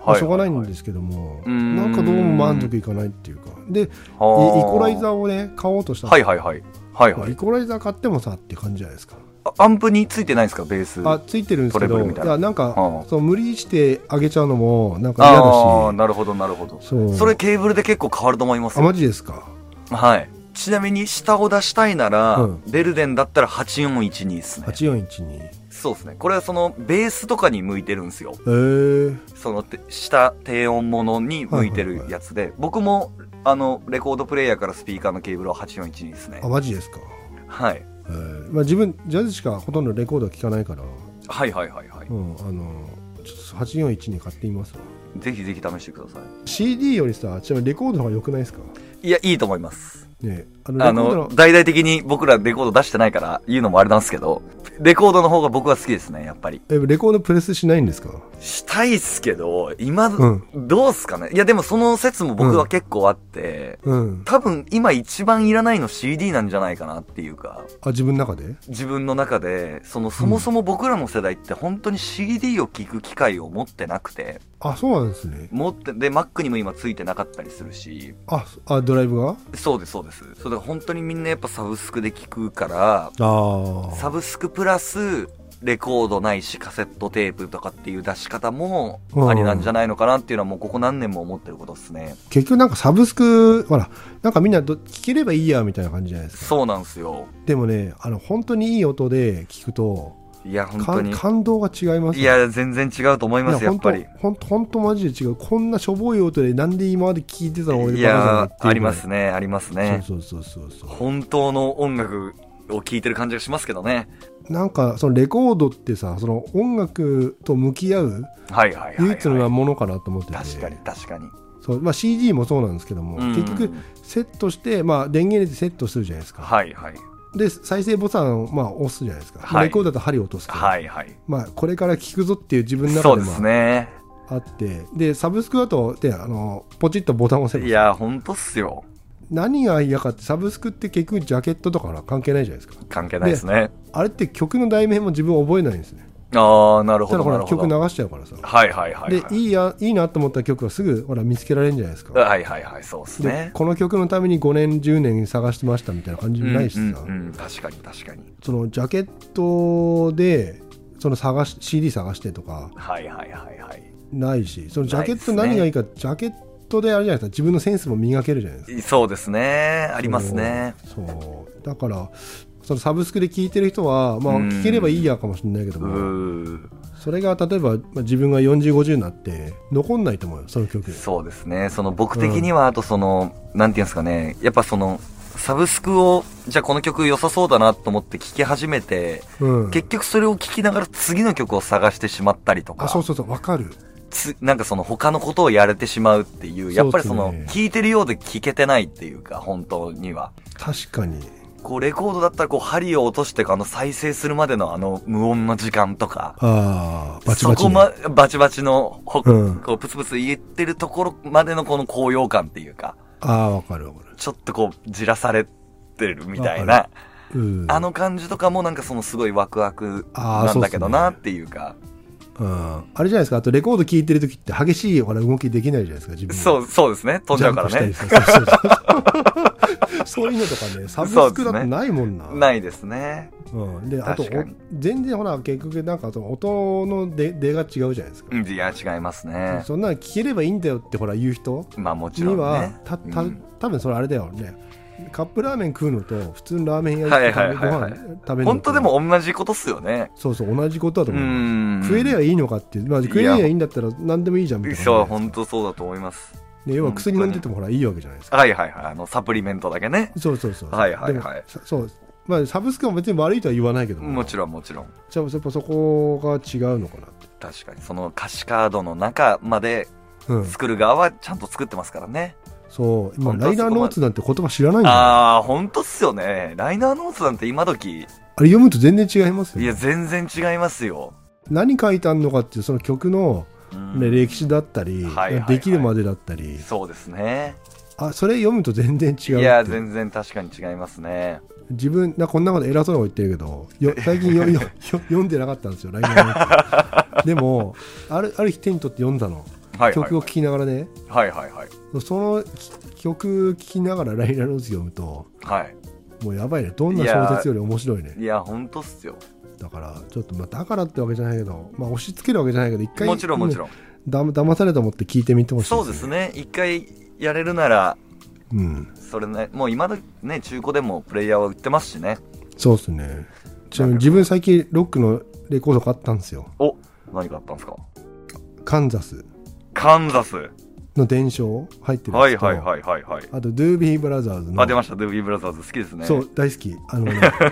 A: あしょうがないんですけども、
B: いはい
A: なんかどうも満足いかないっていうかでイイ
B: イ
A: コライ
B: ー
A: ザーをね買おうとしたん
B: は
A: で
B: いはいはいはい
A: すけど
B: はい
A: イコライザー買ってもさって感じじゃないですか、
B: あアンプについてないんですかベース
A: あついてるんですけ
B: ト
A: ど
B: レ
A: い
B: ブルみたいな
A: やなんか、
B: はあ
A: そう無理してあげちゃうのもなんか嫌
B: ああ
A: だ
B: なるほどなるほど
A: しそう
B: それケーブルで結構変わると思います
A: あ
B: よ
A: マジですか
B: はいちなみに下を出したいなら、
A: うん
B: ベルデンだったら8412ですね
A: 8412へ
B: そうですねこれはそのベースとかに向いてるんですよ
A: えー、
B: そのて下低音ものに向いてるやつで、僕もあのレコードプレイヤーからスピーカーのケーブルは8412ですね
A: あマジですか、
B: はい
A: えーまあ、自分ジャズしかほとんどレコードは聴かないから
B: はいはいはいはい、
A: うん、あのちょっと841に買ってみますわ
B: ぜひぜひ試してくださ
A: CD よりさちなみにレコードの方が良くないですか
B: いいやいいと思います
A: ねあの
B: あ
A: レコードの
B: の大々的に僕らレコード出してないから言うのもあれなんですけどレコードの方が僕は好きですねやっぱり
A: えレコードプレスしないんですか
B: したいっすけど今、
A: うん
B: どうっすかねいやでもその説も僕は結構あって、
A: うん
B: 多分今一番いらないの CD なんじゃないかなっていうか
A: あ自分の中で
B: 自分の中でそのそもそも僕らの世代って本当に CD を聴く機会を持ってなくて
A: あそうなんですね
B: 持ってで Mac にも今ついてなかったりするし
A: あそあドライブが
B: そうですそうですそうだから本当にみんなやっぱサブスクで聴くから
A: あ
B: サブスクプラスレコードないしカセットテープとかっていう出し方も
A: うん
B: ありなんじゃないのかなっていうのはもうここ何年も思ってることですね
A: 結局なんかサブスクほらなんかみんなど聞ければいいやみたいな感じじゃないですか
B: そうなんすよ
A: でもねあの本当にいい音で聞くと
B: いや、本当
A: 感
B: に。
A: 感動が違います
B: い
A: ね
B: や、全然違うと思います、
A: いや
B: やっぱり。
A: ほんと、ほんと、ほんとマジで違う。こんなしょぼい音で、なんで今まで聞いてたの俺バカ
B: い
A: じゃない
B: や
A: っていうぐらい
B: ありますね、ありますね。
A: そうそうそうそうそ
B: 本当の音楽を聴いてる感じがしますけどね。
A: う。なんか、そのレコードってさ、その音楽と向き合う
B: はいはいはい、はい。
A: 唯一のものかなと思ってて。
B: 確かに、確かに。
A: そう、まあ CD もそうなんですけども、
B: うん
A: 結局、セットして、まあ電源入れてセットするじゃないですか。
B: はいはい。
A: で、再生ボタンをまあ押すじゃないですか。
B: はい
A: レコードだと針を落とすけど。
B: はいはい。
A: まあ、これから聞くぞっていう自分の
B: そ
A: 中
B: う
A: で
B: です
A: も
B: ね。
A: あって、で、サブスクだと、で、あの、ポチッとボタンを押せば
B: いや、本当っすよ。
A: 何が嫌かってサブスクって結局ジャケットとかは関係ないじゃないですか
B: 関係ないですね。
A: あれって曲の題名も自分覚えないんですね
B: ああ、なる
A: そし
B: ほ
A: たらほら
B: ど。なるほ
A: 曲
B: ど。
A: 流しちゃうからさ、
B: はいはいはい、はい。
A: でいいやいいなと思った曲はすぐほら見つけられるんじゃないですか、
B: はいはいはい、そうっす
A: で
B: ね。
A: この曲のために5年10年探してましたみたいな感じないしさ、
B: うんうんうん、確かに確かに。
A: そのジャケットでその探し CD 探してとか
B: はいはいはいはい。
A: ないしそのジャケット
B: ないっすね
A: 何がいいかジャケットであれじゃないですか自分のセンスも磨けるじゃないですか
B: そうですね。ありますね。
A: そうそうだからそのサブスクで聞いてる人は、まあ、
B: うん
A: 聞ければいいやかもしれないけど
B: う
A: も
B: ー
A: それが例えば、まあ、自分が4050になって残んないと思うよその曲
B: そうですね。その僕的には、あとその、なんていうんですかね。やっぱその、サブスクを、じゃあこの曲良さそうだなと思って聴き始めて、
A: うん
B: 結局それを聴きながら次の曲を探してしまったりとか。
A: あそうそうそうわかる
B: つなんかその他のことをやれてしまうっていう、やっぱりそ
A: そ
B: の
A: うですね
B: 聞いてるようで聞けてないっていうか、本当には。
A: 確かに
B: こうレコードだったらこう針を落としてあの再生するまでのあの無音の時間とか、
A: ああバチバチ
B: そこ
A: ね、
B: ま、バチバチのほ、
A: うん
B: こうプツプツ言ってるところまでのこの高揚感っていうか、
A: ああわかるわか
B: ちょっとこうじらされてるみたいな、
A: るうん
B: あの感じとかもなんかそのすごいワクワク
A: あー
B: なんだけど
A: そ
B: な
A: うっす
B: っ
A: ね
B: ていうか、
A: うん、あれじゃないですかあとレコード聴いてる時って激しいほら動きできないじゃないですか自分
B: そうう、そうですね。飛んじゃうからね。
A: そういうのとかねサブ
B: そう
A: ス
B: です
A: ク
B: ね
A: だとないもんな
B: ないですね。
A: うん、であとお
B: 確かに
A: 全然ほら結局なんかその音の出出が違うじゃないですか、
B: うんいや、違いますね。
A: そんなの聞ければいいんだよってほら言う人
B: まあもち
A: に
B: ろん
A: は、
B: ね。
A: たた
B: うん
A: 多分それあれだよねカップラーメン食うのと普通のラーメン屋
B: は
A: 行
B: い
A: っ
B: は
A: て
B: いはいはい
A: ご飯食べるのと
B: 本当でも同じことっすよね。
A: そうそう同じことだと
B: う
A: 思う、
B: ん。
A: 食えればいいのかって、まあ、食えればいいんだったら何でもいいじゃんみたいな
B: そう、本当そうだと思います。
A: で要は薬飲んでてもほらいいわけじゃないですか
B: はいはいはい。あの、サプリメントだけね。
A: そうそうそう
B: はいはいはい
A: でもさそうまあ、サブスクも別に悪いとは言わないけど
B: もち
A: ろん
B: ろんもちろん。
A: じゃあやっぱそこが違うのかなって
B: 確かに。その歌詞カードの中まで
A: うん、
B: 作る側はちゃんと作ってますからね。
A: そう今
B: 本当は
A: ライナーノーツなんて言葉知らないんだよあ
B: ああ、本当っすよね。ライナーノーツなんて今時、
A: れ読むと全然違います
B: い
A: よ
B: や、全然違いますよ。
A: 何書いてあるのかっていうその曲の、
B: うん
A: ね歴史だったり、
B: はいはいはい
A: できるまでだったり
B: そうですね。
A: あそれ読むと全然
B: い
A: 違う
B: や、
A: って
B: 全然確かに違いますね。
A: 自分なこんなこと偉そうなこと言ってるけど
B: *laughs*
A: よ最近よよよ読んでなかったんですよライナーノー
B: *laughs*
A: ツでもあるある日手に取って読んだの、
B: はいはいはい。
A: 曲を聴きながらね
B: はいはいはい。
A: そのき曲聴きながらライナーノーツ読むと
B: はい。
A: もうやばいねどんな小説より面白いね
B: いや、本当っすよ。
A: だからちょっとまあだからってわけじゃないけど、まあ、押し付けるわけじゃないけど一回
B: もちろんもちろん。
A: だ騙されたもって聞いてみてほしい
B: そうですね。一回やれるなら、
A: うん
B: それね、もう今のね、中古でもプレイヤーは売ってますしね。
A: そうですねちなみに自分最近ロックのレコード買ったんですよ
B: お何があったんですか
A: カンザス
B: カンザス。は
A: の伝承入って
B: い
A: るや
B: は
A: つ
B: い
A: と
B: はいはいはい。
A: あとドゥービーブラザーズの
B: あ、出ました。ドゥービーブラザーズ好きですね。
A: そう大好きあの
B: *laughs*
A: ね、な名前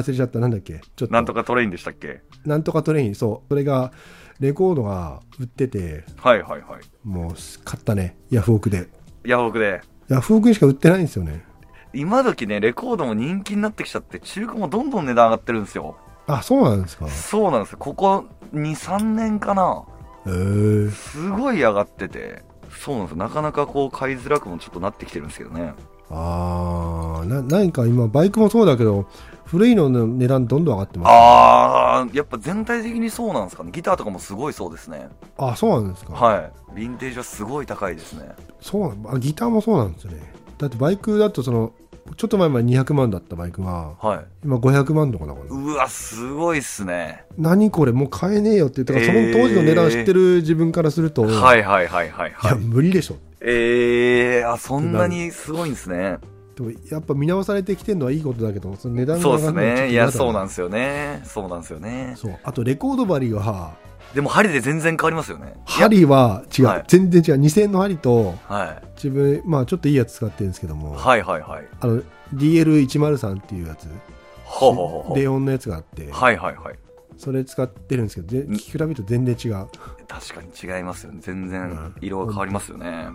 A: 忘れちゃったなんだっけちょっと
B: なんとかトレインでしたっけ
A: なんとかトレインそうそれがレコードが売ってて
B: はいはいはい。
A: もう買ったねヤフオクで
B: ヤフオクで。
A: ヤフオクにしか売ってないんですよね
B: 今時ね、レコードも人気になってきちゃって、中古もどんどん値段上がってるんですよ。
A: あそうなんですかへ
B: そうなんですよ。ここ2、3年かな。
A: えー、
B: すごい上がってて。そうなんですよ。なかなかこう買いづらくもちょっとなってきてるんですけどね。
A: あーな何か今バイクもそうだけど古いのの値段どんどん上がってます
B: あー、やっぱ全体的にそうなんですかね。ギターとかもすごいそうですね。
A: あそうなんですか、
B: はい。ヴィンテージはすごい高いですね。
A: そうなんあギターもそうなんですよねだってバイクだとそのちょっと前まで200万だったバイクが
B: はい。
A: 今500万とかだから
B: うわ、すごいっすね。
A: 何これもう買えねえよって言ってから、
B: えー
A: その当時の値段知ってる自分からすると、、
B: はいいはいはいはいは
A: や
B: い。
A: 無理でしょ
B: えー、あ、そんなにすごいんですね。
A: でもやっぱ見直されてきてるのはいいことだけどその値段が
B: そ
A: 上が
B: うです
A: るのはちょっと嫌だ
B: ねいやそうなん
A: ん
B: ですよねそうなんですよね
A: そうあとレコード針は
B: でも針で全然変わりますよね
A: 針は違う、
B: はい
A: 全然違う2000の針と
B: は
A: 自分まあちょっといいやつ使ってるんですけども、
B: いはいはいはい
A: あの DL103 っていうやつ
B: ほうほうほうほ
A: レ
B: う
A: オンのやつがあって、
B: はいはいはい
A: それ使ってるんですけどで
B: ん
A: 聞き比べると全然違う
B: 確かに違いますよね全然
A: うん
B: 色が変わりますよね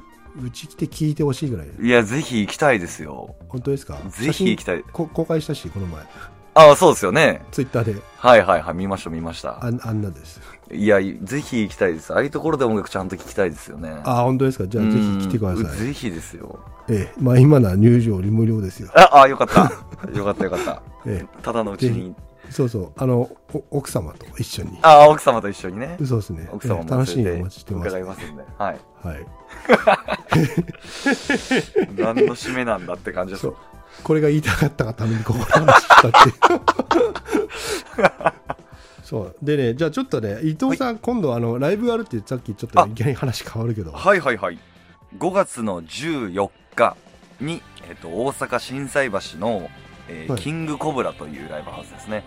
A: うち来て聞いてほしいぐらい
B: いやぜひ行きたいですよ
A: 本当ですか
B: ぜひ行き
A: 写
B: たい
A: 真こ公開したしこの前
B: ああそうですよね
A: ツイッターで
B: はいはいはい見ました見ました
A: あんあんなです
B: いやぜひ行きたいですああいうところで音楽ちゃんと聞きたいですよね
A: あ本当ですかじゃあぜひ来てくだ
B: うん
A: さい
B: ぜひですよ
A: ええまあ今なら入場無料ですよ
B: ああよかったよかったよ *laughs* かった
A: え
B: ただのうちに
A: えそうそうあのお奥様と一緒に
B: ああ奥様と一緒にね
A: そうですね
B: 奥様
A: ええ
B: も
A: 楽しい
B: 連
A: お
B: れ
A: 待ちしててます
B: 伺いますんで、はい、
A: はい
B: 何の締めなんだって感じです
A: そうこれが言いたかったがためにここの話したっていうそうでねじゃあちょっとね伊藤さん、今度あのライブがあるってさっきちょっと
B: あ
A: いきなり話変わるけど
B: はいはいはい5月の14日に、えっと大阪心斎橋の、えー
A: はい
B: キングコブラというライブハウスですね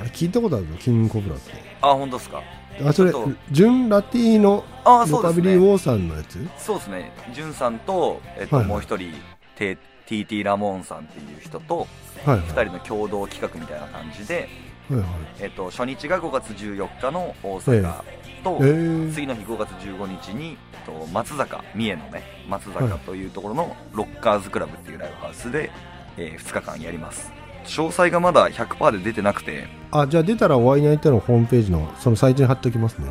A: あれ聞いたことあるのキングコブラって
B: あ本当ですか
A: あそれ
B: ちょっと
A: 純ラティーノ
B: ああ
A: ロ
B: そうで
A: カ
B: す
A: ビリー・
B: ね
A: ウォーさんのやつ
B: そうですねじゅんさんと、えっと
A: はいはい
B: もう一人テ TT ラモーンさんっていう人と
A: はい
B: 2
A: は
B: 人の共同企画みたいな感じで、
A: いはいはい
B: えっと初日が5月14日の大阪と、
A: えー、
B: 次の日5月15日に、えっと、松坂三重のね松坂というところのロッカーズクラブっていうライブハウスで、え2日間やります詳細がまだ100%で出てなくて
A: あじゃあ出たらお会いに会いたいのホームページのそのサイトに貼っておきますね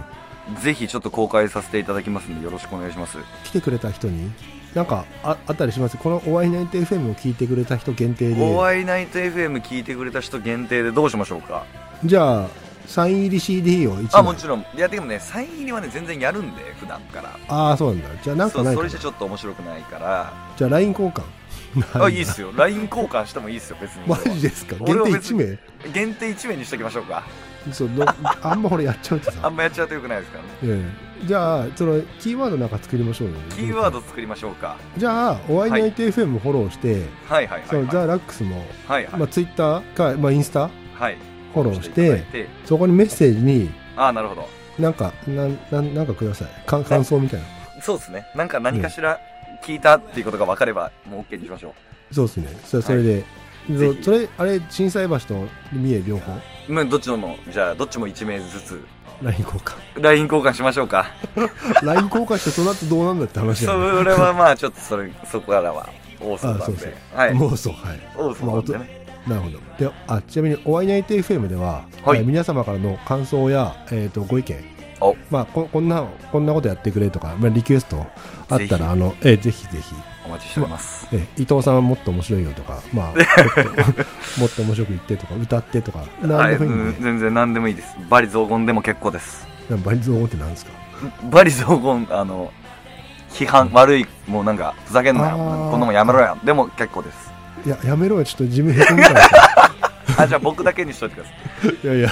B: ぜひちょっと公開させていただきますんでよろしくお願いします
A: 来てくれた人になんかああったりしますこのお会いに会いたい FM を聞いてくれた人限定で
B: お会いナイト FM 聞いてくれた人限定でどうしましょうか
A: じゃあサイン入り CD を一枚
B: あもちろんいやでもねサイン入りはね全然やるんで普段から
A: ああそうなんだじゃあなん
B: そ
A: か
B: う
A: ない
B: そ
A: か
B: れ
A: な
B: じゃちょっと面白くないから
A: じゃあ LINE 交換
B: あいいっ
A: っ
B: すよ LINE 交換してもいいっすよ別
A: *laughs*
B: に
A: マジですか限
B: 俺は
A: 定
B: 別に
A: 1
B: 限定1名にしときましょうか
A: 名そうのあんま俺やっちゃうと
B: あ
A: さ
B: ん、まやっちゃうとよくないですからね
A: ええじゃあそのキーワードなんか作りましょうよ
B: キーワード作りましょうか
A: じゃあお会いに会いたい FM もフォローして、
B: はいはいはい
A: そ
B: は
A: の
B: い
A: ザ・ラックスも、
B: はいはい
A: まあ、ツイッターか、まあ、インスタ
B: はい
A: フォローし
B: 押
A: て
B: いただいて
A: そこにメッセージに
B: ああなるほど
A: なんかなんなんなんかくださいか感想みたいな
B: そうですねなんか何かしら聞いたっていうことが分かればもう OK にしましょ
A: そうですねそれそれで、
B: ぜひ
A: そそれあれ心斎橋と三重両方
B: うまあどっちのもじゃあどっちも1名ずつ
A: LINE 交
B: *laughs*
A: 換
B: LINE 交換しましょうか
A: LINE 交換してその後どうなんだって話
B: そ
A: だよね
B: れはまあちょっとそれそこからは大阪
A: あ
B: な
A: そ
B: ん
A: うそう
B: ではい
A: 妄想はい
B: 大阪なんでね
A: なるほどであちなみに「お会いナイト FM」では、
B: はい
A: えー皆様からの感想や、えー、とご意見
B: お
A: まあ、ここんなこんなことやってくれとか、まあ、リクエストあった
B: ぜひ
A: らあの、えーぜひぜひ、
B: お待ちしております
A: えー伊藤さんはもっと面白いよとか、
B: *laughs*
A: まあ、もっともっと面白く言ってとか歌ってとか
B: は
A: 何
B: い、
A: でもいいん
B: うん
A: で、
B: 全然何でもいいですバリ雑言でも結構です
A: なんかバリ雑言って何ですか
B: バリ雑言あの批判悪いもうなんかふざけんなよ
A: あー
B: こんなもんやめろやでも結構です
A: いややめろよちょっと自分へこむから
B: あじゃあ僕だけにしといてください
A: いやいや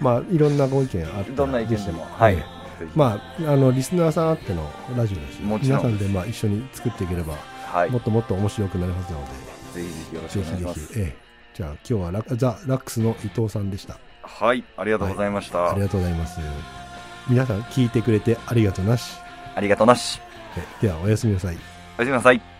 A: まあいろんなご意見あったら
B: *laughs* どんな意見でも
A: ぜひ
B: はい、
A: えーまああのリスナーさんあってのラジオです
B: もちろ
A: 皆
B: ん
A: さんで、まあ、一緒に作っていければ
B: はい
A: もっともっと面白くなるはずなの
B: ぜひぜひよろし
A: で、
B: くお願いし
A: ぜ
B: ま
A: ひぜ
B: す
A: ひ、ええ、じゃあ今日はラザ・ラックスの伊藤さんでした。
B: はいありがとうございました、
A: ありがとうございます。皆さん聞いてくれてありがとうなし。
B: ありがとうなし
A: えではおやすみなさい。
B: おやすみなさい